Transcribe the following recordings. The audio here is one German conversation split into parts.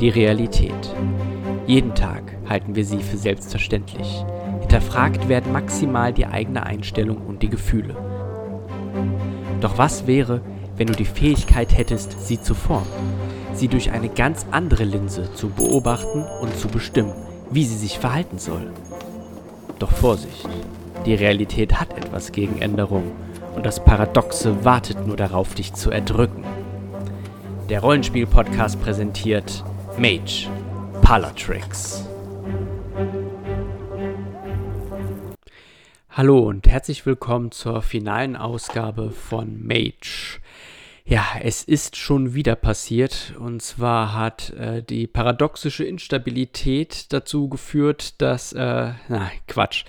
die Realität. Jeden Tag halten wir sie für selbstverständlich. Hinterfragt werden maximal die eigene Einstellung und die Gefühle. Doch was wäre, wenn du die Fähigkeit hättest, sie zu formen? Sie durch eine ganz andere Linse zu beobachten und zu bestimmen, wie sie sich verhalten soll. Doch Vorsicht, die Realität hat etwas gegen Änderung und das Paradoxe wartet nur darauf, dich zu erdrücken. Der Rollenspiel-Podcast präsentiert Mage Palatrix. Hallo und herzlich willkommen zur finalen Ausgabe von Mage. Ja, es ist schon wieder passiert. Und zwar hat äh, die paradoxische Instabilität dazu geführt, dass... Äh, na, Quatsch.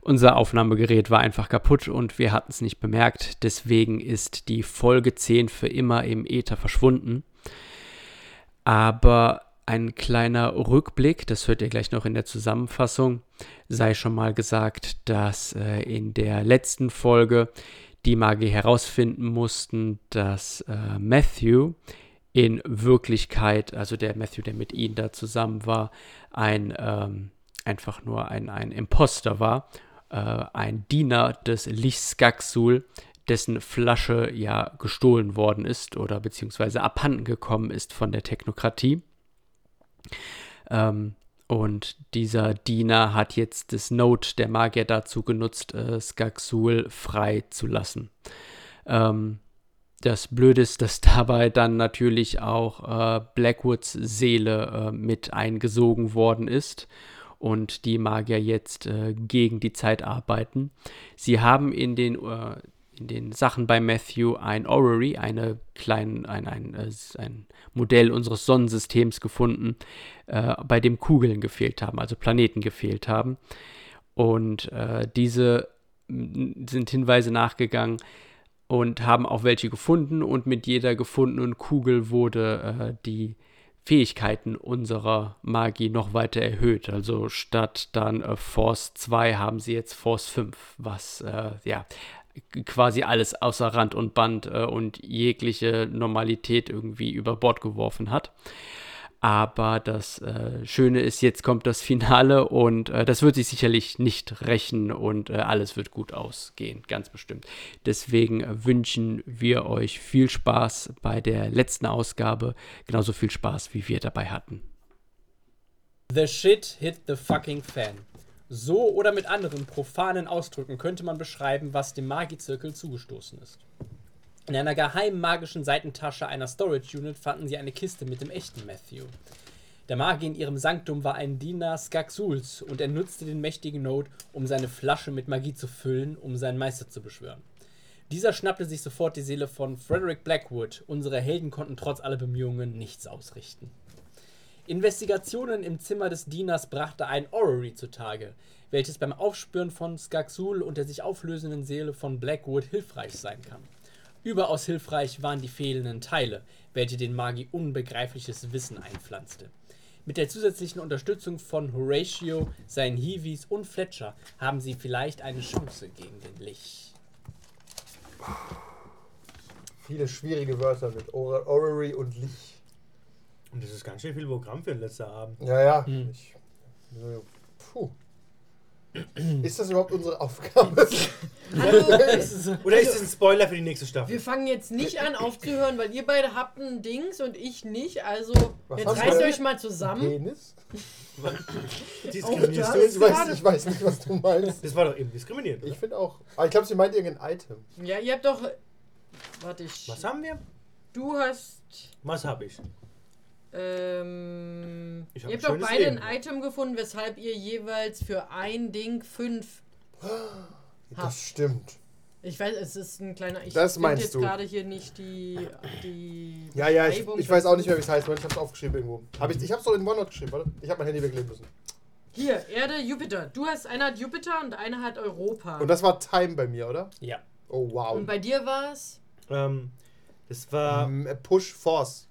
Unser Aufnahmegerät war einfach kaputt und wir hatten es nicht bemerkt. Deswegen ist die Folge 10 für immer im Äther verschwunden. Aber ein kleiner Rückblick, das hört ihr gleich noch in der Zusammenfassung, sei schon mal gesagt, dass äh, in der letzten Folge die Magier herausfinden mussten, dass äh, Matthew in Wirklichkeit, also der Matthew, der mit ihnen da zusammen war, ein ähm, einfach nur ein, ein Imposter war, äh, ein Diener des Lichskaxul, dessen Flasche ja gestohlen worden ist oder beziehungsweise abhanden gekommen ist von der Technokratie. Ähm, und dieser Diener hat jetzt das Note der Magier dazu genutzt, äh, Skaxul freizulassen. Ähm, das Blöde ist, dass dabei dann natürlich auch äh, Blackwoods Seele äh, mit eingesogen worden ist und die Magier jetzt äh, gegen die Zeit arbeiten. Sie haben in den, äh, in den Sachen bei Matthew ein Orrery, eine kleinen, ein, ein, äh, ein Modell unseres Sonnensystems gefunden, äh, bei dem Kugeln gefehlt haben, also Planeten gefehlt haben. Und äh, diese m- sind Hinweise nachgegangen und haben auch welche gefunden und mit jeder gefundenen Kugel wurde äh, die Fähigkeiten unserer Magie noch weiter erhöht. Also statt dann äh, Force 2 haben sie jetzt Force 5, was äh, ja quasi alles außer Rand und Band äh, und jegliche Normalität irgendwie über Bord geworfen hat. Aber das äh, Schöne ist, jetzt kommt das Finale und äh, das wird sich sicherlich nicht rächen und äh, alles wird gut ausgehen, ganz bestimmt. Deswegen äh, wünschen wir euch viel Spaß bei der letzten Ausgabe, genauso viel Spaß, wie wir dabei hatten. The shit hit the fucking fan. So oder mit anderen profanen Ausdrücken könnte man beschreiben, was dem Magizirkel zugestoßen ist. In einer geheimen magischen Seitentasche einer Storage Unit fanden sie eine Kiste mit dem echten Matthew. Der Magier in ihrem Sanktum war ein Diener Skaxuls und er nutzte den mächtigen Node, um seine Flasche mit Magie zu füllen, um seinen Meister zu beschwören. Dieser schnappte sich sofort die Seele von Frederick Blackwood. Unsere Helden konnten trotz aller Bemühungen nichts ausrichten. Investigationen im Zimmer des Dieners brachte ein Orrery zutage, welches beim Aufspüren von Skaxul und der sich auflösenden Seele von Blackwood hilfreich sein kann. Überaus hilfreich waren die fehlenden Teile, welche den Magi unbegreifliches Wissen einpflanzte. Mit der zusätzlichen Unterstützung von Horatio, seinen Hiwis und Fletcher haben sie vielleicht eine Chance gegen den Lich. Viele schwierige Wörter mit Or- Orrery und Lich. Und das ist ganz schön viel Programm für den letzten Abend. Ja, ja. Hm. Ich, äh, puh. Ist das überhaupt unsere Aufgabe? Hallo, Oder Also, ist das ein Spoiler für die nächste Staffel? Also, äh, wir fangen jetzt nicht an aufzuhören, weil ihr beide habt ein Dings und ich nicht. Also, Was jetzt hast du reißt denn? euch mal zusammen. Penis? Diskriminierst Oh, du das- uns? Ich weiß, ich weiß nicht, was du meinst. Das war doch eben diskriminiert. Oder? Ich finde auch. Aber ich glaube, sie meint irgendein Item. Ja, ihr habt doch. äh, Warte, ich. Was haben wir? Du hast. Was habe ich? Ähm, Ich hab ihr ein habt doch schönes beide Leben. ein Item gefunden, weshalb ihr jeweils für ein Ding fünf. Ha. Das stimmt. Ich weiß, es ist ein kleiner. Ich Das find meinst jetzt du. gerade hier nicht die. die Ja, ja, ich, Beschreibung ich weiß auch nicht mehr, wie es heißt. Moment, Ich hab's aufgeschrieben irgendwo. Hab ich ich hab's doch in OneNote geschrieben, warte. Ich habe mein Handy weglegen müssen. Hier, Erde, Jupiter. Du hast. Einer hat Jupiter und einer hat Europa. Und das war Time bei mir, oder? Ja. Oh, wow. und bei dir war's. Ähm, das war. Ähm, äh, Push, Force.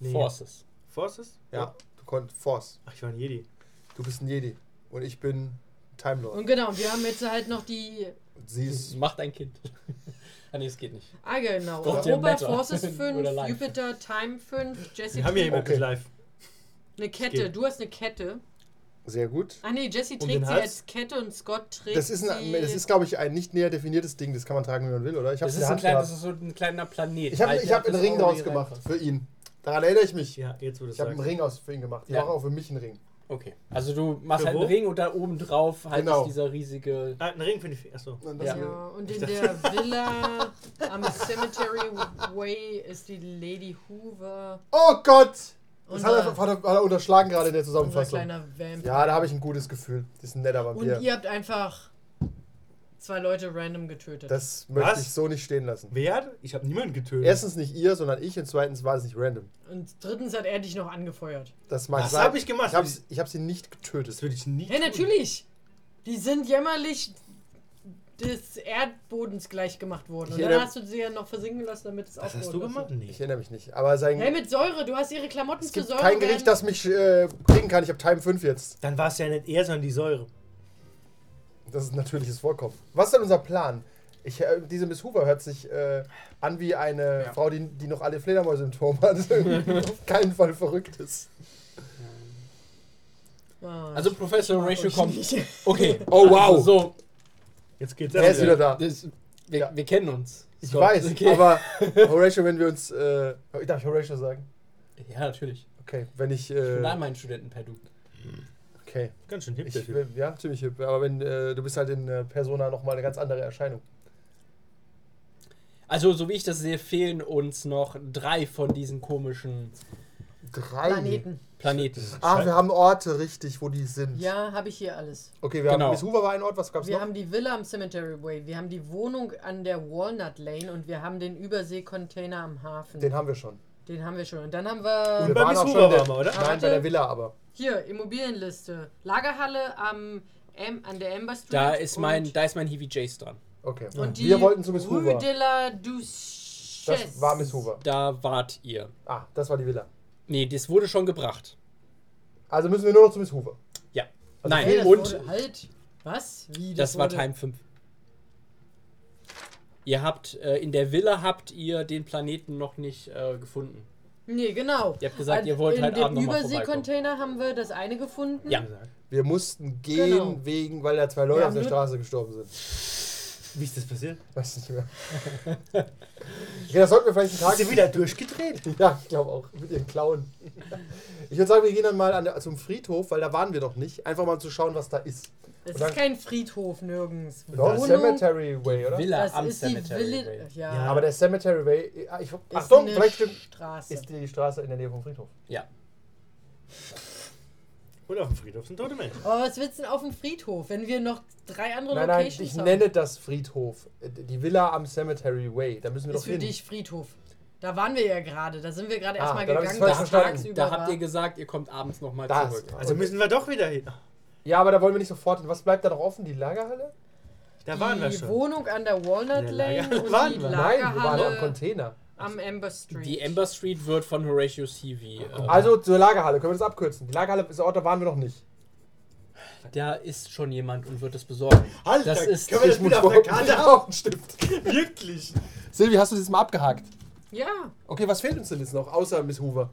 Nee. Forces. Forces? Ja, du konntest Force. Ach, ich war ein Jedi. Du bist ein Jedi. Und ich bin Time Lord. Und genau, wir haben jetzt halt noch die Und sie ist Macht ein Kind. ah nee, es geht nicht. Ah, genau. Does it Europa matter? Forces Oder 5, live. Jupiter Time 5, Jesse Wir haben ja 2. jemanden Okay. live. Eine Kette. geht. Du hast eine Kette. Sehr gut. Ah nee, Jesse Um den trägt sie Hals? als Kette und Scott trägt Das ist, sie. ein, das ist glaube ich, ein nicht näher definiertes Ding. Das kann man tragen, wie man will, oder? Ich habe Das es ist, ein in der Hand kleiner, das gehabt. ist so ein kleiner Planet. Halt Ich habe Alter, ich hab einen das Ring ist auch draus wie gemacht reinpasst. für ihn. Daran erinnere ich mich. Ja, jetzt wo du es Ich habe einen sagst. Ring aus für ihn gemacht. Ich Ja. mache auch für mich einen Ring. Okay. Also du machst Für halt einen wo? Ring und da oben drauf halt Genau. ist dieser riesige. Ah, einen Ring finde ich. Achso. Und Ja. das will- ja, und in der Villa am Cemetery Way ist die Lady Hoover. Oh Gott! Das Unser- hat er, hat, er, hat er unterschlagen gerade in der Unser Zusammenfassung. kleiner Vamp. Ja, da habe ich ein gutes Gefühl. Das ist ein netter und Vampir. ihr habt einfach zwei Leute random getötet. Das möchte Was? ich so nicht stehen lassen. Wer hat? Ich habe niemanden getötet. Erstens nicht ihr, sondern ich und zweitens war es nicht random. und drittens hat er dich noch angefeuert. Das mag Was sein. hab ich gemacht? Ich habe ich hab sie nicht das getötet. würde ich nie. Ja, tun. natürlich. Die sind jämmerlich des Erdbodens gleich gemacht worden. Und Ich dann erinnere- hast du sie ja noch versinken lassen, damit es Was aufgebaut hast du gemacht? Ich Nee. erinnere mich nicht. Aber sein. Hey, mit Säure, du hast ihre Klamotten es zu gibt Säure. kein Gericht, werden- das mich äh, kriegen kann. Ich habe Time 5 jetzt. Dann war es ja nicht er, sondern die Säure. Das ist ein natürliches Vorkommen. Was ist denn unser Plan? Ich, äh, diese Miss Hoover hört sich äh, an wie eine Frau, die, die noch alle Fledermäuse-Symptome hat. Auf keinen Fall verrückt ist. Ah, Also Professor ich mag Ratio euch kommt. nicht. Okay. Oh, Also wow. so, Jetzt geht's also Er ist wieder da. das, wir, Ja. wir kennen uns. Ich So, weiß, okay. aber Horatio, wenn wir uns. Äh, darf ich Horatio sagen? Ja, natürlich. Okay, wenn ich. Ich bin an Äh, meinen Studenten per Du. okay. Ganz schön hip, Ich, der Typ. ja, ziemlich hip. Aber wenn äh, du bist halt in äh, Persona nochmal eine ganz andere Erscheinung. Also, so wie ich das sehe, fehlen uns noch drei von diesen komischen Drei. Planeten. Planeten. Ah, wir haben Orte richtig, wo die sind. Ja, habe ich hier alles. Okay, wir Genau. haben. Miss Hoover war ein Ort, was gab's Wir noch? haben die Villa am Cemetery Way, wir haben die Wohnung an der Walnut Lane und wir haben den Überseecontainer am Hafen. Hm. Den haben wir schon. Den haben wir schon. Und dann haben wir Und bei Miss auch Hoover in der, waren wir, oder? Nein, bei der Villa aber. hier Immobilienliste, Lagerhalle am Am- an der Amber Street. Da ist mein, und- da ist mein Heavy Jace dran. Okay. Und die wir wollten zu Miss Rue Hoover. de la Duchesse. Das war Miss Hoover. Da wart ihr. Ah, das war die Villa. Nee, das wurde schon gebracht. Also müssen wir nur noch zu Miss Hoover. Ja. Also Hey, Nein, das und wurde, halt. Was? Wie? das war wurde- Time 5. Ihr habt, äh, in der Villa habt ihr den Planeten noch nicht äh, gefunden. Nee, genau. Ihr habt gesagt, ihr wollt in heute Abend noch dem mal Überseecontainer haben wir das eine gefunden. Ja. Wir mussten gehen, Genau. wegen, weil da zwei Wir Leute auf haben der nur- Straße gestorben sind. Wie ist das passiert? Weiß nicht mehr. okay, das sollten wir vielleicht einen Hast Tag. du wieder durchgedreht? Ja, ich glaube auch. Mit ihren Klauen. Ich würde sagen, wir gehen dann mal an der, zum Friedhof, weil da waren wir doch nicht. Einfach mal zu schauen, was da ist. Es Und dann- ist kein Friedhof nirgends. Ja, Wohnung, Cemetery Way, oder? Villa das am ist die Cemetery. Villa. Way. Ja. Ja, Aber der Cemetery Way. ah, Ich, ist Achtung, eine vielleicht stimmt. Straße. Ist die Straße in der Nähe vom Friedhof. Ja. Und auf dem Friedhof sind tote Menschen. Aber Oh, was willst du denn auf dem Friedhof, wenn wir noch drei andere Nein, nein, Locations ich haben? nenne das Friedhof. Äh, Die Villa am Cemetery Way. Da müssen wir ist doch für hin. dich Friedhof. Da waren wir ja gerade. Da sind wir gerade Ah, erstmal dann hab gegangen. ich's was falsch verstanden. tagsüber Da habt war. ihr gesagt, ihr kommt abends nochmal Das. zurück. Also müssen wir doch wieder hin. Ja, aber da wollen wir nicht sofort hin. Was bleibt da noch offen? Die Lagerhalle? Da waren wir die schon. Wohnung an der In Walnut der Lane Lagerhalle und waren die wir. Nein, wir waren noch im Lagerhalle Container. am Amber Street. Die Amber Street wird von Horatius Heavy. Äh, Also zur Lagerhalle. Können wir das abkürzen? Die Lagerhalle ist der Ort, da waren wir noch nicht. da ist schon jemand und wird es besorgen. Alter, das ist- Halt, können wir das muss wieder auf der überhaupt nicht Karte haben? auf den Stift. Wirklich? Silvi, hast du das jetzt mal abgehakt? ja, Okay, was fehlt uns denn jetzt noch, außer Miss Hoover?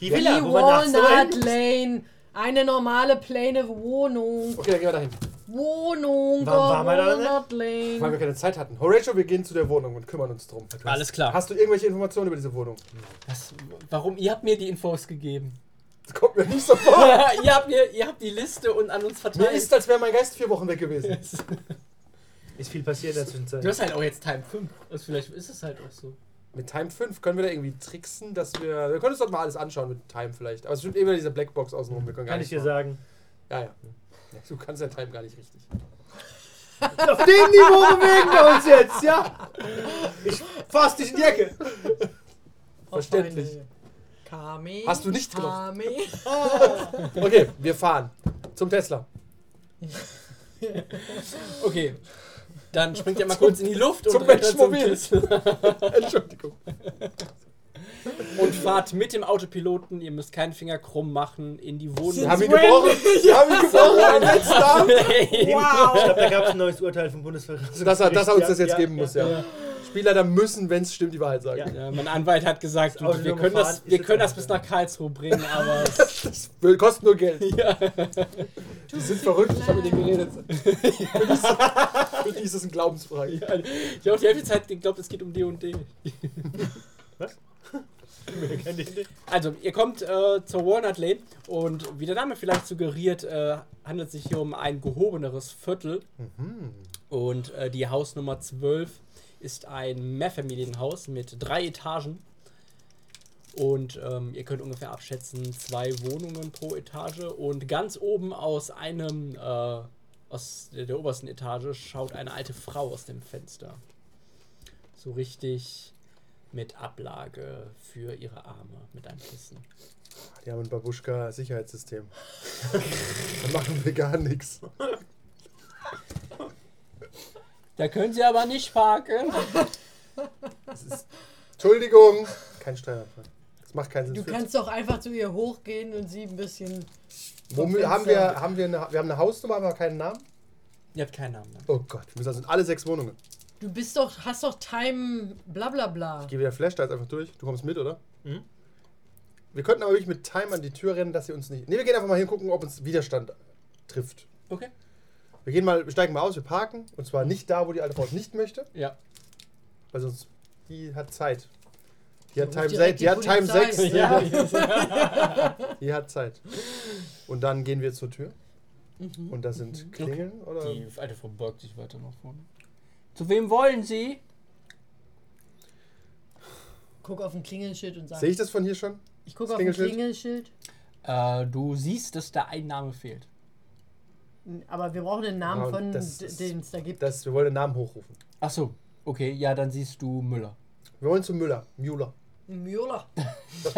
Die die Villa, wo man nachts immer Walnut hin- Lane. Eine normale, plane Wohnung. Okay, dann gehen wir dahin, Wohnung Wann waren wir der da Walnut weil Lane. wir keine Zeit hatten. Horatio, wir gehen zu der Wohnung und kümmern uns drum. Alles klar. Hast du irgendwelche Informationen über diese Wohnung? Was, warum? Ihr habt mir die Infos gegeben. Das kommt mir nicht so vor. ihr, habt mir, ihr habt die Liste und an uns Oh! Mir verteilt. ist, als wäre mein Geist vier Wochen weg gewesen. Ist viel passiert in der Zwischenzeit. Du hast halt auch jetzt Time 5. Also vielleicht ist es halt auch so. Mit Time 5 können wir da irgendwie tricksen, dass wir. Wir können uns doch mal alles anschauen mit Time vielleicht. Aber es stimmt eh wieder diese Blackbox außenrum. Wir können gar Kann ich nicht dir machen. sagen. Ja, ja. Du kannst ja Time gar nicht richtig. Auf dem Niveau bewegen wir uns jetzt, ja? Ich fass dich in die Ecke. Oh, Verständlich. Kami. Hast du nicht gelocht? Kami. Okay, wir fahren. Zum Tesla. Okay. Dann springt ihr mal kurz in die Luft Zum und rennt dann Menschmobil. Tesla. Entschuldigung. und fahrt mit dem Autopiloten. Ihr müsst keinen Finger krumm machen in die Wir Wohnung. haben ihn gebrochen. Wir haben ihn gebrochen am letzten Abend. Hey. Ich glaube, da gab es ein neues Urteil vom Bundesverfassungsgericht. Dass er, dass er uns Ja, das jetzt ja, geben muss, ja. Spieler da müssen, wenn es stimmt, die Wahrheit sagen. Ja, mein Anwalt hat gesagt, du, wir autonome können Fahren das, ist wir jetzt können das einfach bis nach Karlsruhe bringen, aber Das will- kostet nur Geld. ja. Die sind verrückt, ich habe mit denen geredet. Für die- Für die ist das eine Glaubensfrage. ich habe die Hälfte der Zeit geglaubt, es geht um D und D. Also, ihr kommt äh, zur Walnut Lane und wie der Name vielleicht suggeriert, äh, handelt es sich hier um ein gehobeneres Viertel. Und äh, die Hausnummer 12 ist ein Mehrfamilienhaus mit drei Etagen. Und ähm, ihr könnt ungefähr abschätzen, zwei Wohnungen pro Etage. Und ganz oben aus einem, äh, aus der, der obersten Etage, schaut eine alte Frau aus dem Fenster. So richtig mit Ablage für ihre Arme, mit einem Kissen. Die haben ein Babuschka-Sicherheitssystem. da machen wir gar nichts. Da können sie aber nicht parken. Entschuldigung. Kein Steuerabfall. Das macht keinen Sinn. Du Für- kannst doch einfach zu ihr hochgehen und sie ein bisschen. Wo, Fenster. haben wir, haben wir, eine, wir haben eine Hausnummer, aber keinen Namen? Ihr habt keinen Namen. Ne? Oh Gott, wir müssen also in alle sechs Wohnungen. Du bist doch, hast doch Time, bla bla bla. Ich gehe wieder Flash da jetzt einfach durch. Du kommst mit, oder? Mhm. Wir könnten aber wirklich mit Time an die Tür rennen, dass sie uns nicht. Ne, wir gehen einfach mal hingucken, ob uns Widerstand trifft. Okay. Wir gehen mal, wir steigen mal aus, wir parken. Und zwar nicht da, wo die alte Frau es nicht möchte, Ja. weil sonst die hat Zeit. Die hat Ruf Time 6. direkt Die, hat die Time Polizei. 6. Ja. Die hat Zeit. Und dann gehen wir zur Tür. Und da sind Klingeln oder. Mhm. Die alte Frau beugt sich weiter nach vorne. Zu wem wollen sie? Guck auf ein Klingelschild und sag. Sehe ich das von hier schon? Ich guck das auf ein Klingelschild? Klingelschild. Äh, du siehst, dass der ein Name fehlt. Aber wir brauchen den Ja, Namen und von, Genau, das ist- den es da gibt. Das, wir wollen den Namen hochrufen. Ach so. Okay, ja, dann siehst du Müller. Wir wollen zu Müller. Müller. Müller. Das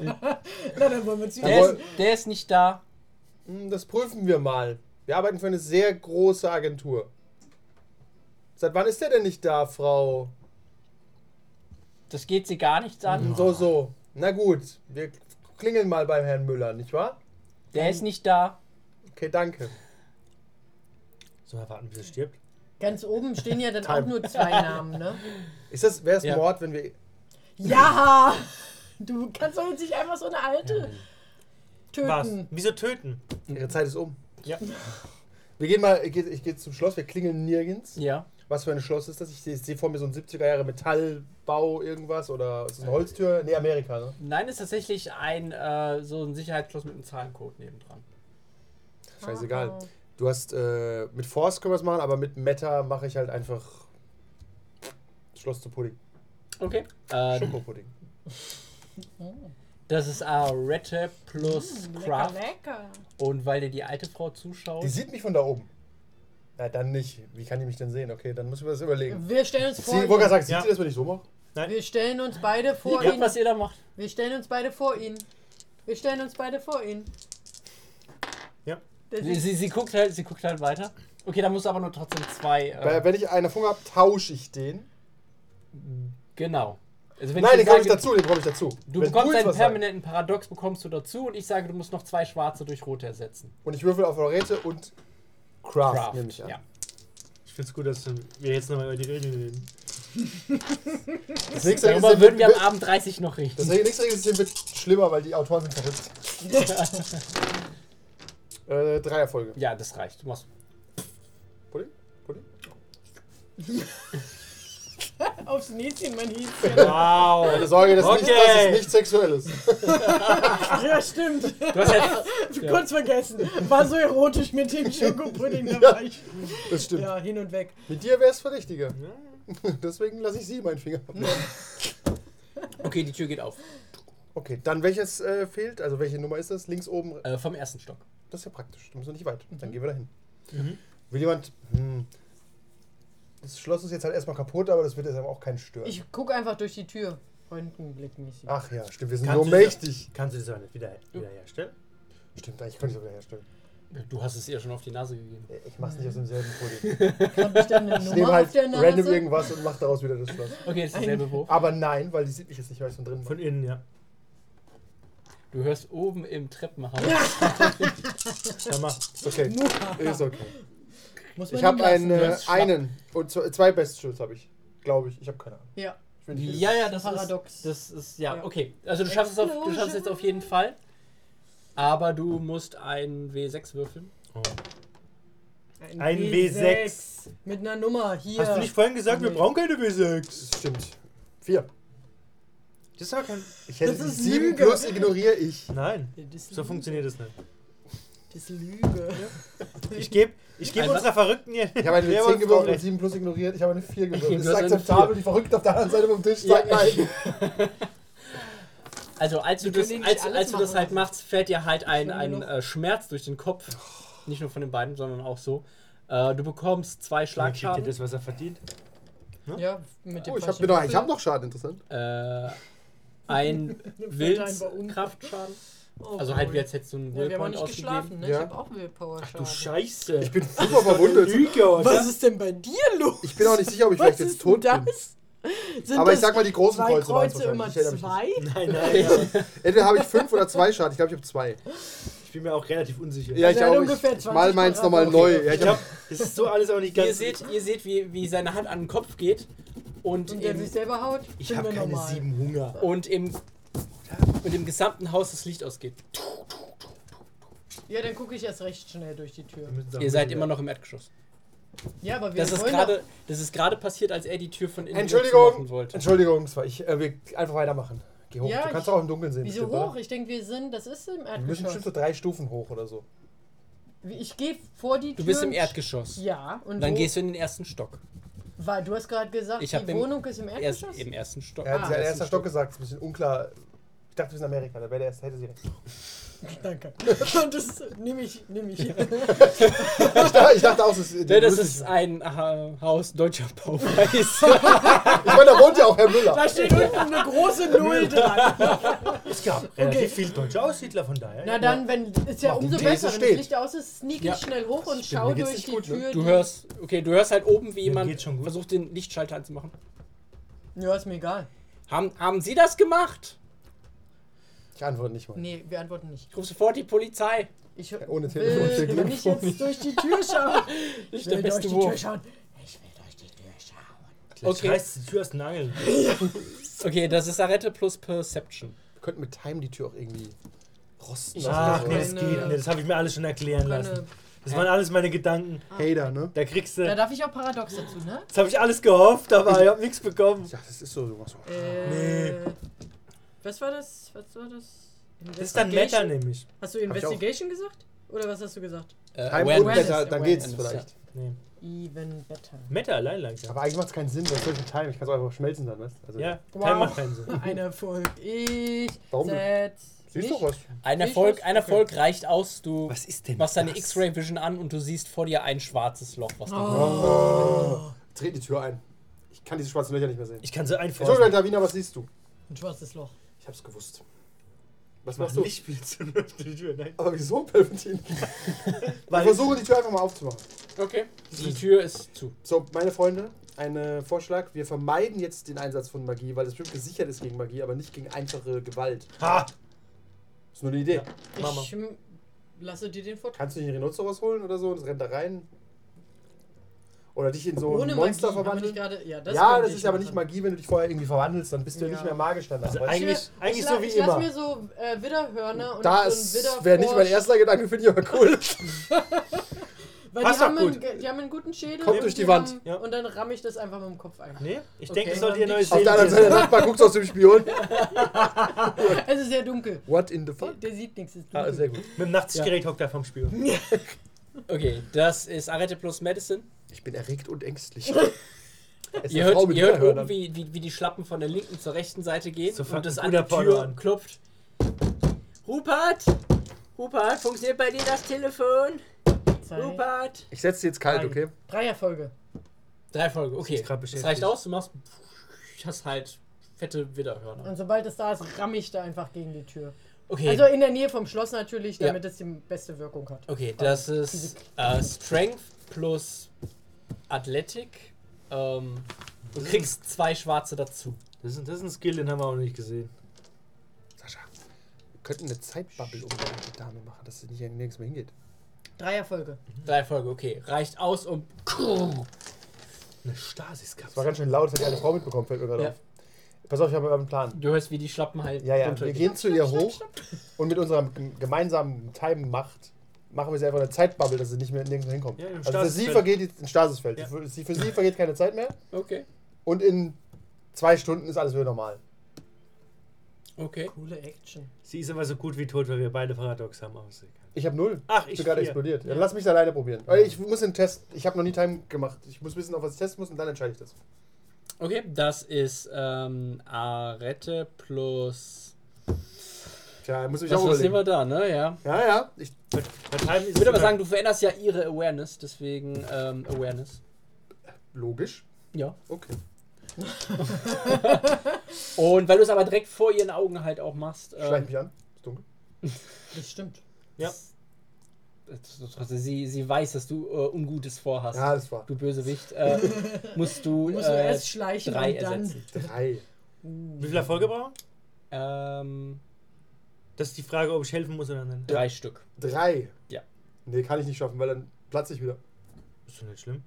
Na, dann wollen wir zu der, ihr. ist, der ist nicht da. Hm, Das prüfen wir mal. Wir arbeiten für eine sehr große Agentur. Seit wann ist der denn nicht da, Frau? Das geht sie gar nichts an. So, so. Na gut, wir klingeln mal beim Herrn Müller, nicht wahr? Der ist nicht da. Okay, danke. So, erwarten, bis er stirbt. Ganz oben stehen ja dann Time. auch nur zwei Namen, ne? Ist das, wäre es Ja. Mord, wenn wir. Ja! Du kannst doch jetzt nicht einfach so eine alte töten. Was? Wieso töten? Ihre Mhm. Zeit ist um. Ja. Wir gehen mal, ich gehe ich geh zum Schloss, wir klingeln nirgends. Ja. Was für ein Schloss ist das? Ich sehe seh vor mir so ein 70er Jahre Metallbau, irgendwas oder ist das Äh, eine Holztür? Nee, Amerika, ne? Nein, ist tatsächlich ein äh, so ein Sicherheitsschloss mit einem Zahlencode nebendran. Scheißegal. Du hast äh, mit Force können wir es machen, aber mit Meta mache ich halt einfach Schloss zu Pudding. Okay. Äh, Schokopudding. das ist äh, Rette plus Lecker, Craft. lecker. Und weil dir die alte Frau zuschaut. Die sieht mich von da oben. Na, dann nicht. Wie kann die mich denn sehen? Okay, dann müssen wir das überlegen. Wir stellen uns Sie, vor. wollte gerade ihn. sagen, sieht Ja. sie das, wenn ich so mache? Wir stellen uns beide vor Guckt, ihn. was ihr da macht. Wir stellen uns beide vor ihn. Wir stellen uns beide vor ihn. Ja. Das Sie, ist sie, sie, guckt halt, sie guckt halt weiter. Okay, da musst du aber nur trotzdem zwei. Äh, Weil, wenn ich einen Funke habe, tausche ich den. genau. Also wenn Nein, den jetzt komme ich sage, dazu, den komme ich dazu. Du Wenn bekommst jetzt einen was sagst. permanenten Paradox, bekommst du dazu und ich sage, du musst noch zwei schwarze durch rote ersetzen. Und ich würfel auf Lorette und Craft, Craft. nehme ich an. Ja. Ich find's gut, dass wir jetzt nochmal über die Regeln reden. Das nächste Darüber Regelsystem würden wir wird, am Abend 30 noch reden. das nächste Regelsystem wird schlimmer, weil die Autoren sind verrückt. äh, drei Erfolge. Ja, das reicht. Du machst. Pudding? Pudding? aufs Näschen, mein Häschen. Wow! Keine Sorge, das, ist nicht, Okay. das ist nicht sexuelles. Ja, stimmt. Du hast jetzt, Kurz vergessen. War so erotisch mit dem Schokopudding. Da war ich Das stimmt. ja, hin und weg. Mit dir wäre es verdächtiger. Deswegen lasse ich sie meinen Finger. okay, die Tür geht auf. Okay, dann welches äh, fehlt? Also welche Nummer ist das? Links oben. Äh, vom ersten Stock. Das ist ja praktisch. Da müssen wir nicht weit. Dann gehen wir dahin. Will jemand? Hm, das Schloss ist jetzt halt erstmal kaputt, aber das wird jetzt aber auch keinen stören. Ich guck einfach durch die Tür. Röntgenblickmäßig. Ach ja, stimmt. Wir sind Kannst so du- mächtig. Kannst du das aber nicht wieder, wiederherstellen? Stimmt, eigentlich könnte ich es wieder herstellen. Du hast es ihr schon auf die Nase gegeben. Ich mach's nicht aus demselben Pulli. Hab ich dann eine Ich Nummer nehme halt auf der Nase? random irgendwas und mach daraus wieder das Schloss. Okay, das ist derselbe Wurf. Aber nein, weil die sieht mich jetzt nicht, weil ich von drin Von bin. innen, ja. Du hörst oben im Treppenhaus. Dann mach. Ist okay. Ist okay. Muss man Ich habe einen, ihm lassen. Du äh, hast Schnapp. einen und zw- zwei Best Shoots habe ich. Glaube ich. Ich habe keine Ahnung. Ja. Ich will nicht Ja, ja, das Paradox. ist. Das ist, ja, Ja. okay. Also du schaffst, es auf, du schaffst es jetzt auf jeden Fall. Aber du musst ein W6 würfeln. Ein W6. Mit einer Nummer hier. Hast du nicht vorhin gesagt, wir Nee. brauchen keine W6? Das stimmt. Vier. Das ist aber kein. Ich hätte Das ist sieben Lüge. plus ignoriere ich. Nein, das ist so funktioniert das nicht. Das ist Lüge. Ich gebe ich geb Also- unserer Verrückten hier. Ich habe eine Wir haben 10 uns gewürfelt und recht. 7 plus ignoriert. Ich habe eine 4 Du gewürfelt. Das ist hast eine akzeptabel. Vier. Die Verrückte auf der anderen Seite vom Tisch oh, sagt Ja. nein. Also als du Wir das, können nicht als, alles als du das machen. halt machst, fährt dir halt ein, Schlimm ein genug. äh, Schmerz durch den Kopf. Nicht nur von den beiden, sondern auch so. Äh, du bekommst zwei Dann kriegt ihr Schlagschaden. das, was er verdient. Ja, mit dem Oh, ich habe noch, ich hab noch Schaden, interessant. Äh, ein Willenskraftschaden. Also halt wie als hättest du einen Oh, ja, Wir haben auch Willpoint nicht ausgegeben. geschlafen, ne? Ja. Ich hab auch Willpower Ach, Scheiße. Ich bin super verwundet. Lüge, oder? Was ist denn bei dir los? Ich bin auch nicht sicher, ob ich vielleicht Was jetzt ist tot denn bin. das? Sind Aber ich das sag mal, die großen zwei Kreuze waren's Kreuze immer wahrscheinlich. Ich erinnere zwei? Nein, nein, nein. Entweder habe ich 5 oder 2 Schaden. Ich glaube, ich habe 2. Ich bin mir auch relativ unsicher. Ja, ich Also er hat auch. Ich, ungefähr ich mal 20 meins nochmal Quadrat. neu. Ja, ich ich hab, hab, es ist so alles auch nicht ganz. Ihr seht, ihr seht wie, wie seine Hand an den Kopf geht und, Und der im, sich selber haut? ich Sind habe wir keine normal. sieben Hunger. und, im, und im gesamten Haus das Licht ausgeht. Ja, dann gucke ich erst recht schnell durch die Mhm. Tür. Ihr seid immer noch im Erdgeschoss. Ja, aber wir Das ist wollen gerade das ist gerade passiert, als er die Tür von innen zu machen Entschuldigung. wollte. Entschuldigung, das war ich. Äh, wir einfach weitermachen. Geh hoch. Ja, du kannst ich- doch auch im Dunkeln sehen. doch, Wieso bestimmt, oder? hoch? Ich denke, wir sind... Das ist im Wir müssen bestimmt Erdgeschoss. so drei Stufen hoch oder so. Ich gehe vor die Tür... Du bist im und- Erdgeschoss. Ja, und Dann wo, gehst du in den ersten Stock. Weil du hast gerade gesagt, Ich hab die im- Wohnung ist im Erst Erdgeschoss? im ersten Stock. Er hat Ah. sein Ersten erster Stock gesagt. Ist ein bisschen unklar. Ich dachte, wir sind in Amerika. Da wäre der erste. Hätte sie recht. Danke. das nehme ich, nehme ich. Ich dachte, ich dachte auch, es ist. die Ne, das müssen- ist ein äh, Haus deutscher Bauweise. Ich meine, da wohnt ja auch Herr Müller. Da steht unten eine große Null dran. Es gab relativ viel deutsche Aussiedler von daher. Na dann, wenn ist ja Warum umso die besser, These wenn das steht. Licht aus ist, sneak ich Ja. schnell hoch Stimmt, und schau mir geht's nicht durch die gut, ne? Tür. Du die- hörst, okay, du hörst halt oben, wie jemand geht schon gut. versucht, den Lichtschalter anzumachen. Ja, ist mir egal. Haben, haben Sie das gemacht? Ich antworte nicht mal. Nee, wir antworten nicht. Ich rufe sofort die Polizei. Ich Ohne Telefon steht will Glück nicht vor mir. Äh, jetzt durch die Tür schauen. Ich Nicht der will durch beste die Tür Wurf. schauen. Ich will durch die Tür schauen. okay. Okay. reißt die Tür aus den Angeln. Okay, das ist Arette plus Perception. Wir könnten mit Time die Tür auch irgendwie rosten. Ich- lassen Ach nee, oder das so. Keine- geht nicht. Das habe ich mir alles schon erklären Keine, lassen. Das waren alles meine Gedanken. Hater, ne? Da kriegst da du. darf ich auch Paradox dazu, ne? Das habe ich alles gehofft, aber ich habe nichts bekommen. Ja, das ist so sowas. Äh, Was war das? Was war das? Das ist dann Meta nämlich. Hast du ich auch. Investigation gesagt? Oder was hast du gesagt? Äh, Time und Awareness, Wetter, dann geht's Awareness, vielleicht. Nee. Even better. Meta allein langsam. Aber eigentlich macht es keinen Sinn, weil es solche Time, ich kann es einfach schmelzen dann, weißt du? Also, Ja, Wow. kein macht keinen Sinn. Ein Erfolg. Ich Warum denn? setz Siehst mich- du was? Ein Ich Erfolg, muss- ein okay. Erfolg reicht aus. Du Was ist denn? machst deine das? X-Ray Vision an und du siehst vor dir ein schwarzes Loch, was Oh. du Oh. Dreh die Tür ein. Ich kann diese schwarzen Löcher nicht mehr sehen. Ich kann so Entschuldigung, einfordern. Davina, was siehst du? Ein schwarzes Loch. Ich hab's gewusst. Was Mach machst du? nicht viel zu die Tür. Nein. Aber wieso, Palpatine? Ich Weil versuche die Tür einfach mal aufzumachen. Okay. Die Tür ist zu. So, meine Freunde, ein äh, Vorschlag. Wir vermeiden jetzt den Einsatz von Magie, weil es bestimmt gesichert ist gegen Magie, aber nicht gegen einfache Gewalt. Ha! Ist nur eine Idee. Mama. Ich m- lasse dir den Vortrag. Kannst du nicht einen Rhinoceros holen oder so und das rennt da rein? Oder dich in so ein Ohne Monster Magie haben wir verwandeln? nicht gerade. Ja, das, ja, könnte das ich ist aber machen. nicht Magie, wenn du dich vorher irgendwie verwandelst, dann bist du ja, Ja. nicht mehr magisch danach. Also weißt du? eigentlich, Ich- eigentlich ich so la- wie ich immer. lass mir so äh, Widderhörner und so ein das Widderfrosch. wäre nicht mein erster Gedanke, finde ich aber cool. Weil Passt die, doch haben gut. Einen, die haben einen guten Schädel. Kommt und durch die die Wand. Haben, Ja. Und dann ramme ich das einfach mit dem Kopf ein. Nee, ich Okay. denke, das sollte ihr neues Auf der anderen Seelenbild Seite, sein. der Nachbar guckt aus dem Spion. Es ist sehr dunkel. What in the Der, fuck? der sieht nichts. Ist Ah, dunkel. sehr gut. Mit dem Nachtsichtgerät hockt er vom Spiel. Okay, das ist Arette plus Medicine. Ich bin erregt und ängstlich. Es Ihr eine Frau hört, mit ihr hört Widerhörnern. oben, wie, wie, wie die Schlappen von der linken zur rechten Seite gehen So fucking und das an guter der Tür Porno an. klopft. Rupert! Rupert, funktioniert bei dir das Telefon? Zwei, Rupert! Ich setze sie jetzt kalt, okay? drei Erfolge. Drei Folgen, okay. ist grad Das beschäftigt. reicht aus, du machst. Ich hast halt fette Widderhörner. Und sobald es da ist, ramme ich da einfach gegen die Tür. Okay. Äh, Also in der Nähe vom Schloss natürlich, Ja. damit es die beste Wirkung hat. Okay, das ist äh, Strength plus Athletik. Ähm, Mhm. du kriegst zwei schwarze dazu. Das ist, das ist ein Skill, den haben wir auch nicht gesehen. Sascha, wir könnten eine Zeitbubble um die Dame machen, dass sie nicht nirgends mehr hingeht. Drei Erfolge. Drei Folgen, okay. Reicht aus, um Eine Das war Stasiskapsel. ganz schön laut, das hat eine Frau mitbekommen, fällt mir gerade Ja. auf. Pass auf, ich habe einen Plan. Du hörst, wie die Schlappen halt Ja, ja, wir runtergehen. gehen zu ihr hoch und mit unserer g- gemeinsamen Time macht machen wir sie einfach eine Zeitbubble, dass sie nicht mehr nirgendwo hinkommt. Ja, im also für sie Stasisfeld. vergeht jetzt ein Stasisfeld. Ja. Für, sie, für sie vergeht keine Zeit mehr Okay, und in zwei Stunden ist alles wieder normal. okay. Coole Action. Sie ist immer so gut wie tot, weil wir beide Paradox haben. Aber ist egal. Ich habe null. Ach, ich bin gerade vier. explodiert. Dann lass mich alleine probieren. Weil Ich muss den Test. Ich habe noch nie Time gemacht. Ich muss wissen, auf was ich testen muss und dann entscheide ich das. Okay, das ist ähm, Arette plus. Tja, muss ich Was, auch was sind überlegen. wir da, ne? Ja. Ja, ja. Ich, Bei, bei Time ist Ich würde aber immer- sagen, du veränderst ja ihre Awareness, deswegen ähm, Awareness. logisch. Ja. Okay. Und weil du es aber direkt vor ihren Augen halt auch machst. Schleich Ähm, mich an. Ist dunkel. Das stimmt. Ja. sie, sie weiß, dass du äh, Ungutes vorhast. Ja, das war Du Bösewicht. Äh, musst du. Muss man äh, erst schleichen drei und dann. ersetzen. drei. Wie viel Erfolge brauchen? wir? Ähm, Das ist die Frage, ob ich helfen muss oder nicht. drei Stück. Drei. Ja. Nee, kann ich nicht schaffen, weil dann platze ich wieder. Ist doch nicht schlimm.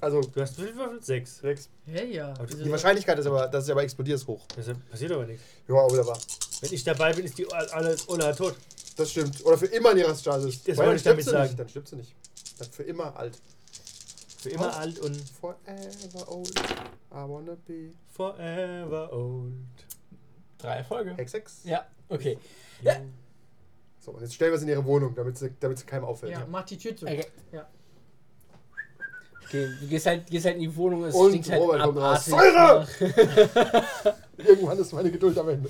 Also, Du hast wie viel Würfel? Sechs. sechs. Hey, ja. Also, Aber die Die Wieso- Wahrscheinlichkeit ist aber, dass ich aber explodiere, ist hoch. Deshalb passiert aber nichts. Ja, aber da war. Wenn ich dabei bin, ist die alles Ola tot. Das stimmt. Oder für immer in ihrer Stasis. Das Weil wollte ich dann stirbt damit sie sagen. Nicht. Dann stirbt sie nicht. Dann für immer alt. Für immer Oh. alt und Forever old. I wanna be. forever old. Drei Erfolge. Hex, Hex. Ja, okay. So, und jetzt stellen wir sie in ihre Wohnung, damit sie, damit sie keinem auffällt. Ja, mach die Tür zu. Okay. Ja. okay du gehst halt, gehst halt in die Wohnung, es Und stinkt halt Robert kommt raus. abartig. Irgendwann ist meine Geduld am Ende.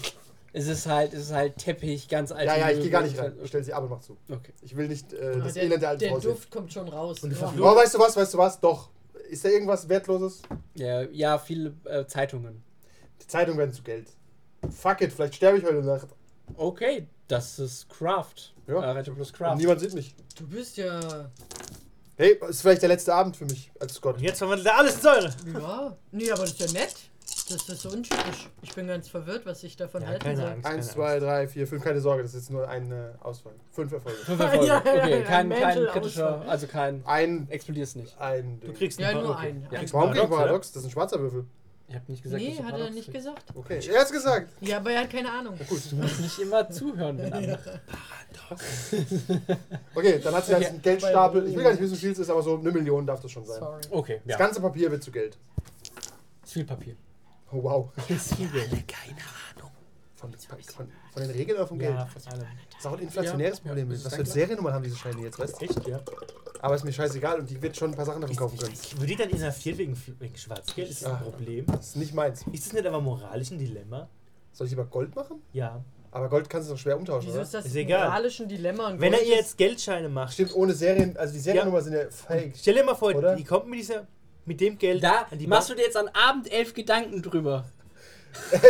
Es ist halt, es ist halt Teppich, ganz alt. Ja, ja, ich gehe gar nicht rein. Ich stelle sie ab und mach zu. halt Okay. Ich will nicht äh, Aber das der, Elend der alten der Frau sehen. Duft kommt schon raus. Und die Ja. Verfluchung. Aber weißt du was, weißt du was? Doch. Ist da irgendwas Wertloses? Ja, ja viele äh, Zeitungen. Die Zeitungen werden zu Geld. Fuck it, vielleicht sterbe ich heute Nacht. Okay, das ist Craft. Ja. Äh, Rette plus Und Craft. niemand sieht mich. Du bist ja. Hey, ist vielleicht der letzte Abend für mich als Scott. Und jetzt verwandelt er alles in Säure. Ja. Nee, aber das ist ja nett. Das ist so untypisch. Ich bin ganz verwirrt, was ich davon halten soll. Eins, zwei, drei, vier, fünf. Keine Sorge, das ist jetzt nur eine Auswahl. Fünf Erfolge. Fünf Erfolge. Ja, ja, okay, ja, kein, ein kein Mantel kritischer, ausfallen. also kein. Ein, Explodierst nicht. ein Du Ding. kriegst Ja, paar- nur okay. einen. Ja, Einen. ich Warum kriegen wir Paradox, oder? Paradox? Das ist ein schwarzer Würfel. Ich habe nicht gesagt, Nee, dass du hat er Paradox nicht kriegst. gesagt. Okay, er hat's gesagt. Ja, aber er hat keine Ahnung. Du musst nicht immer zuhören, wenn andere. Okay, dann hat sie halt einen Geldstapel. Ich will gar nicht wissen, wie viel es ist, aber so eine Million darf das schon sein. Sorry. Okay, Das ja. ganze Papier wird zu Geld. Ist viel Papier. Oh, wow. Ist viel Geld. Von, von, von den Regeln oder vom Geld? Ja, von allem. Das ist auch ein inflationäres Problem. das ist Was für ganz Seriennummern haben diese Scheine jetzt, weißt du? Echt, ja. Aber ist mir scheißegal und ich werde schon ein paar Sachen davon kaufen können. Wird die dann inhaftiert wegen, wegen Schwarzgeld? Ist das ein Ah. Problem? Das ist nicht meins. Ist das nicht aber moralisch ein Dilemma? Soll ich lieber Gold machen? Ja. Aber Gold kannst du doch schwer umtauschen, Wieso oder? ist das Ist ein egal. moralischen Dilemma? Und Wenn er Gold ihr ist- jetzt Geldscheine macht. Stimmt, ohne Serien, also die Seriennummer sind ja fake. Stell dir mal vor, Oder? die kommt mit dieser mit dem Geld Da an die machst du Bank. dir jetzt an Abend elf Gedanken drüber. Nein,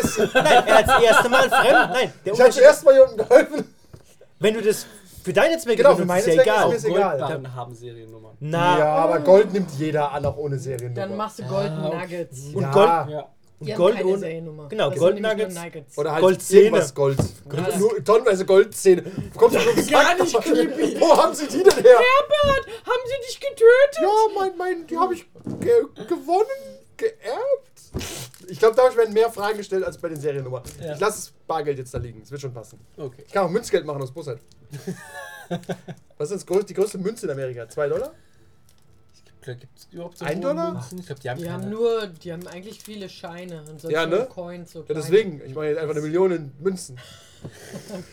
er hat das erste Mal fremd. Nein, der Ich hatte Unterschied, zuerst mal jemandem geholfen. wenn du das für deine Zwecke Genau, für benutzt, meine ist ja Zwecke egal. ist mir egal. Goldbarren haben Seriennummern. Na, Ja, aber Gold nimmt jeder an, auch ohne Seriennummer. Dann machst du Golden Ah, okay. Nuggets. und ja. Gold- Ja. und Die haben Gold keine ohne. Seriennummer. Genau, Das Gold sind nämlich Nuggets. nur Nuggets. Oder halt Goldzähne. irgendwas Gold. Ja. Nur tonnenweise Goldzähne. Kommt schon ums Gar nicht creepy. Wo haben sie die denn her? Herbert, haben sie dich getötet? Ja, mein, mein, die habe ich ge gewonnen, geerbt. Ich glaube, da werden mehr Fragen gestellt als bei den Seriennummern. Ja. Ich lasse das Bargeld jetzt da liegen. Es wird schon passen. Okay. Ich kann auch Münzgeld machen aus Bussard. Was ist das größte, die größte Münze in Amerika? Zwei Dollar? Da gibt's überhaupt so Ein hohe Dollar? Münzen? Ich glaube, die haben Die haben keine. nur, die haben eigentlich viele Scheine und sonst Ja, nur ne? Coins. So Ja, kleine. deswegen. Ich mache jetzt einfach eine Million in Münzen.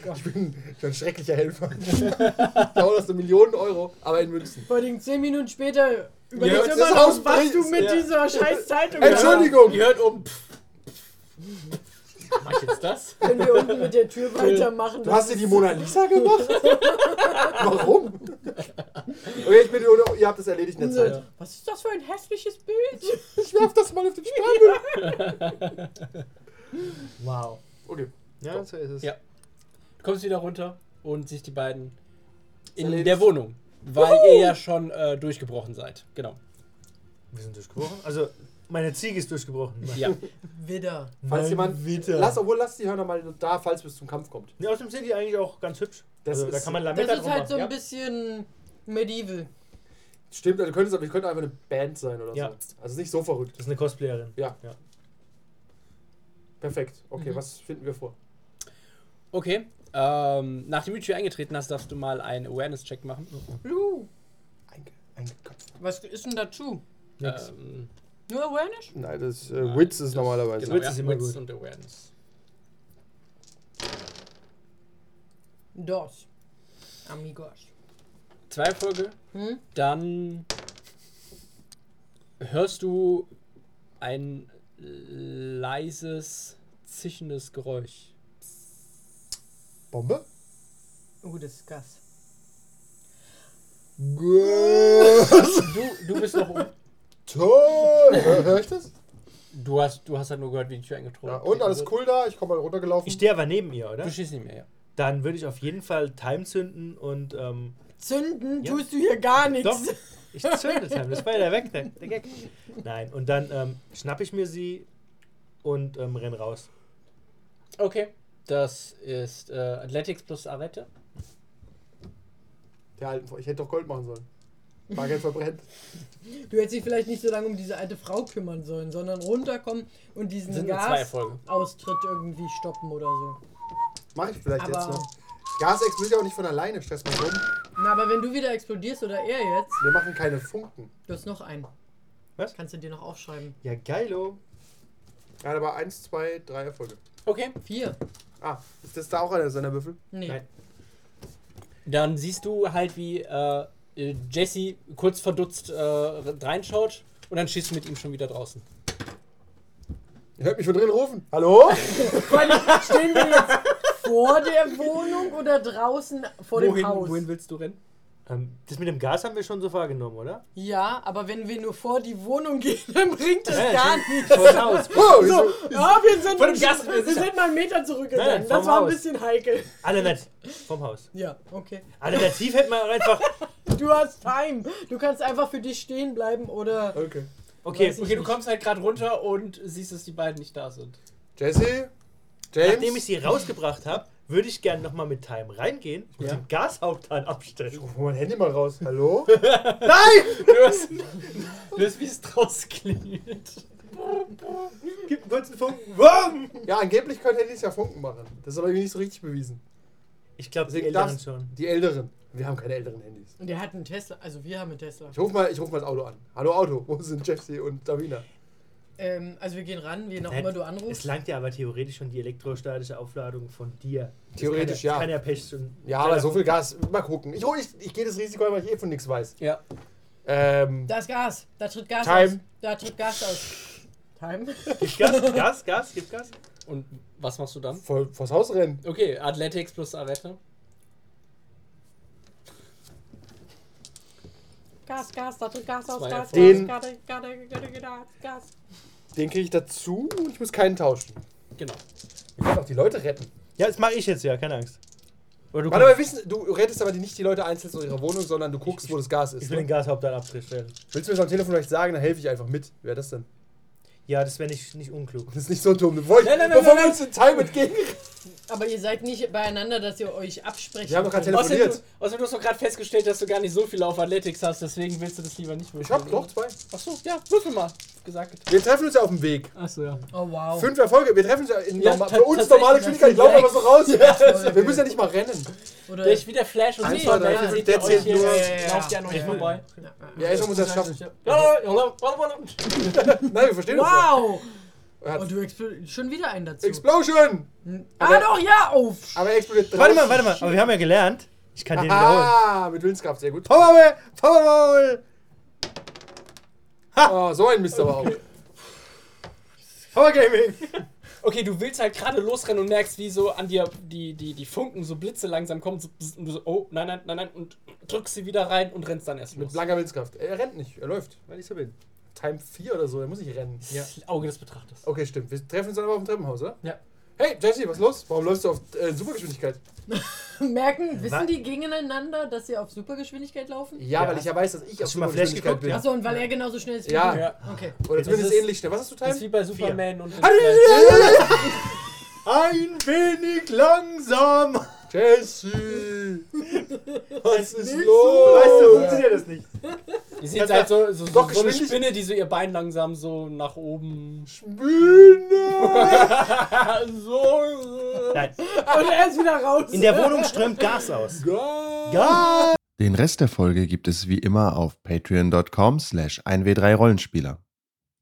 Gott. Ich bin, ich bin ein schrecklicher Helfer. Ich glaube, das ist eine Million Euro, aber in Münzen. Vor allem zehn Minuten später Ja, überlegst das du immer Haus noch, was brennt. du mit Ja. dieser scheiß Zeitung Entschuldigung! Ihr hört um. Mach ich jetzt das? Wenn wir unten mit der Tür weitermachen. Du hast dir die Mona Lisa gemacht? Warum? Okay, ich bin ohne, ihr habt das erledigt in der Zeit. Zeit. Was ist das für ein hässliches Bild? Ich werf das mal auf den Stapel. Wow. Okay. Ja, so ist es. Ja. Du kommst wieder runter und siehst die beiden in Erledigt. der Wohnung. Weil ihr ja schon äh, durchgebrochen seid. Genau. Wir sind durchgebrochen. Also, meine Ziege ist durchgebrochen. Ja. Widder. Falls Mein jemand. Witter. Lass, obwohl, lass die Hörner mal da, falls es zum Kampf kommt. Nee, außerdem sind die eigentlich auch ganz hübsch. Das also, da ist- halt kann man Das halt Lametta ist drum halt so ein machen. bisschen medieval. Stimmt, also könnte es, aber ich könnte einfach eine Band sein oder Ja. so. Also nicht so verrückt. Das ist eine Cosplayerin. Ja. Ja. Perfekt. Mhm. Okay, was finden wir vor? Okay. Ähm, nachdem du die Tür eingetreten hast, darfst du mal einen Awareness-Check machen. Uh, Einge eingeköpft. was ist denn dazu? Nix. Ähm, Nur Awareness? Nein, das Nein, äh, Witz ist das- normalerweise. Genau, Also, Witz ja, ist immer Witz gut. und Awareness. Dos. Amigos. Zwei Erfolge. Hm? Dann hörst du ein leises, zischendes Geräusch. Bombe? Uh, das ist Gas. Du, du bist noch um. Toll! Hör, hör ich das? Du hast, du hast halt nur gehört, wie die Tür eingetroffen Also, Ja, und alles cool da, ich komme mal runtergelaufen. Ich stehe aber neben ihr, oder? Du schießt nicht mehr, ja. Dann würde ich auf jeden Fall Time zünden und ähm, Zünden Ja. tust du hier gar nichts. Doch, ich zünde Time. Das war ja der weg, der, der Gag. Nein, und dann ähm, schnapp ich mir sie und ähm, renn raus. Okay. Das ist äh, Athletics plus Arette. Der alten Frau. halt Ich hätte doch Gold machen sollen. Bargeld verbrennt. Du hättest dich vielleicht nicht so lange um diese alte Frau kümmern sollen, sondern runterkommen und diesen Das sind nur zwei Gas Erfolge. Austritt irgendwie stoppen oder so. Mach ich vielleicht Aber- jetzt noch. Gas explodiert ja auch nicht von alleine, stress mal rum. Na, aber wenn du wieder explodierst oder er jetzt, Wir machen keine Funken. du hast noch einen. Was? Kannst du dir noch aufschreiben? Ja, geilo. Er hat aber eins, zwei, drei Erfolge. Okay. Vier. Ah, ist das da auch einer seiner Büffel? Nee. Nein. Dann siehst du halt, wie äh, äh, Jesse kurz verdutzt äh, reinschaut und dann schießt du mit ihm schon wieder draußen. Ihr hört mich von drin rufen. Hallo? Vor allem, Stehen wir jetzt vor der Wohnung oder draußen vor dem Haus? willst du rennen? Ähm, das mit dem Gas haben wir schon so wahrgenommen, oder? Ja, aber wenn wir nur vor die Wohnung gehen, dann bringt das Ja, gar ich- nichts. Vor das Haus. Oh, wieso? Ah, wir sind, Vor dem Gast- wir sind mal einen Meter Nein, zurückgegangen. nein, Das vom war ein Haus. bisschen heikel. Alternativ. Vom Haus. Ja, okay. Alternativ hätte man auch einfach. Du hast Time. Du kannst einfach für dich stehen bleiben oder. Okay. Okay, Weiß ich Okay, du kommst halt gerade runter und siehst, dass die beiden nicht da sind. Jesse? James? nachdem ich sie rausgebracht habe, würde ich gerne nochmal mit Time reingehen und Ja. den Gashauchtan abstellen. Ruf mal mein Handy mal raus. Hallo? Du hörst, du hörst wie es draus klingelt. Gib einen kurzen Funken. Wurm! Ja, angeblich können Handys ja Funken machen. Das ist aber irgendwie nicht so richtig bewiesen. Ich glaube, die Deswegen Eltern darfst- schon. Die Älteren. Wir haben keine älteren Handys. Und Der hat einen Tesla. Also wir haben einen Tesla. Ich ruf mal, ich ruf mal das Auto an. Hallo Auto, wo sind Jesse und Davina? Ähm, also wir gehen ran, wen auch Nein, immer du Es anrufst. langt ja aber theoretisch schon die elektrostatische Aufladung von dir. Das Theoretisch, kann ja. ja. Kann ja Pech schon. Ja, aber so viel Gas. Mal gucken. Ich, ich, ich gehe das Risiko ein, weil ich eh von nichts weiß. Ja. Ähm, Da ist Gas. Da tritt Gas Time. aus. Da tritt Gas aus. Time? Gib Gas, Gas, Gas, gib Gas. Und was machst du dann? vor, vors Haus rennen. Okay, Athletics plus Arette. Gas, Gas, da tritt Gas aus. Zwei Gas, Gas, Den- Gas, Gas, Gas, Gas, Gas, Gas. Den kriege ich dazu und ich muss keinen tauschen. Genau. Wir können auch die Leute retten. Ja, das mache ich jetzt ja, keine Angst. Oder du Warte mal, kannst, wir wissen, du rettest aber die- nicht die Leute einzeln aus ihrer Wohnung, sondern du guckst, wo das Gas ich ist. will den Ne? Gashauchtan abstellen. Willst du mir das am Telefon vielleicht sagen, dann helfe ich einfach mit. Wer das denn? Ja, das wäre nicht, nicht unklug. Das ist nicht so dumm. Bevor, ich, Nein, nein, nein, bevor nein, wir uns den Time entgegen. Aber ihr seid nicht beieinander, dass ihr euch absprecht. Wir haben doch gerade könnt. Außerdem, du, Telefoniert. außerdem du hast doch gerade festgestellt, dass du gar nicht so viel auf Athletics hast, deswegen willst du das lieber nicht würfeln. Ich hab oder? doch zwei. Achso, ja, würfel mal. Gesagt, getan. Wir treffen uns ja auf dem Weg. Achso, ja. Oh wow. Fünf Erfolge. Wir treffen uns ja in Ja, norma ta- für uns tatsächlich, normale das Geschwindigkeit. Ich sind laufe aber so raus. Ja. wir müssen ja nicht mal rennen. Oder Der ist wieder Flash und Eins, Zebra, zwei, drei, dann vier, seht fünf, ihr euch sechs, hier, nur- Ja, ja, ja. Lauft ja noch nicht Ja. vorbei. Ja, erstmal muss er das schaffen. Ja, ja, ja, warte, warte, warte. Nein, wir verstehen uns. Wow! ja. Er Und hat- du explodierst schon wieder einen dazu. Explosion! ah doch, ja! Auf! Aber er explodiert Warte mal, drauf. warte mal, aber wir haben ja gelernt. Ich kann den wiederholen. Ah, mit Willenskraft, sehr gut. Powerball! Powerball! Oh, so ein Mist aber auch. Power Gaming! Okay, du willst halt gerade losrennen und merkst, wie so an dir die, die, die Funken, so Blitze langsam kommen. So, und du so, oh, nein, nein, nein, nein. Und drückst sie wieder rein und rennst dann erst Mit los. blanker Willenskraft. Er rennt nicht, er läuft. Weil ich so bin. Time 4 oder so, er muss nicht rennen. Ja. Auge des Betrachters. Okay, stimmt. Wir treffen uns dann aber auf dem Treppenhaus, oder? Ja. Hey, Jesse, was ist los? Warum läufst du auf äh, Supergeschwindigkeit? Merken, wissen Wa- die gegeneinander, dass sie auf Supergeschwindigkeit laufen? Ja, Ja. weil ich ja weiß, dass ich auf Hast du mal Flash Supergeschwindigkeit geguckt? bin. Ja. Achso, und weil er genauso schnell ist wie Ja. du. Ja. Okay. Oder zumindest Das ist- ähnlich schnell. Was hast du, Das ist Time? wie bei Superman und in Ein wenig langsam! Jesse! Was ist nicht los? Weißt du, funktioniert das nicht. Ihr seht halt so, so, so, Doch, so eine Geschwindig- Spinne, die so ihr Bein langsam so nach oben. Bühne! so. Nein. Und er ist wieder raus. In der Wohnung strömt Gas aus. Geil. Gas! Den Rest der Folge gibt es wie immer auf patreon.com slash 1w3rollenspieler.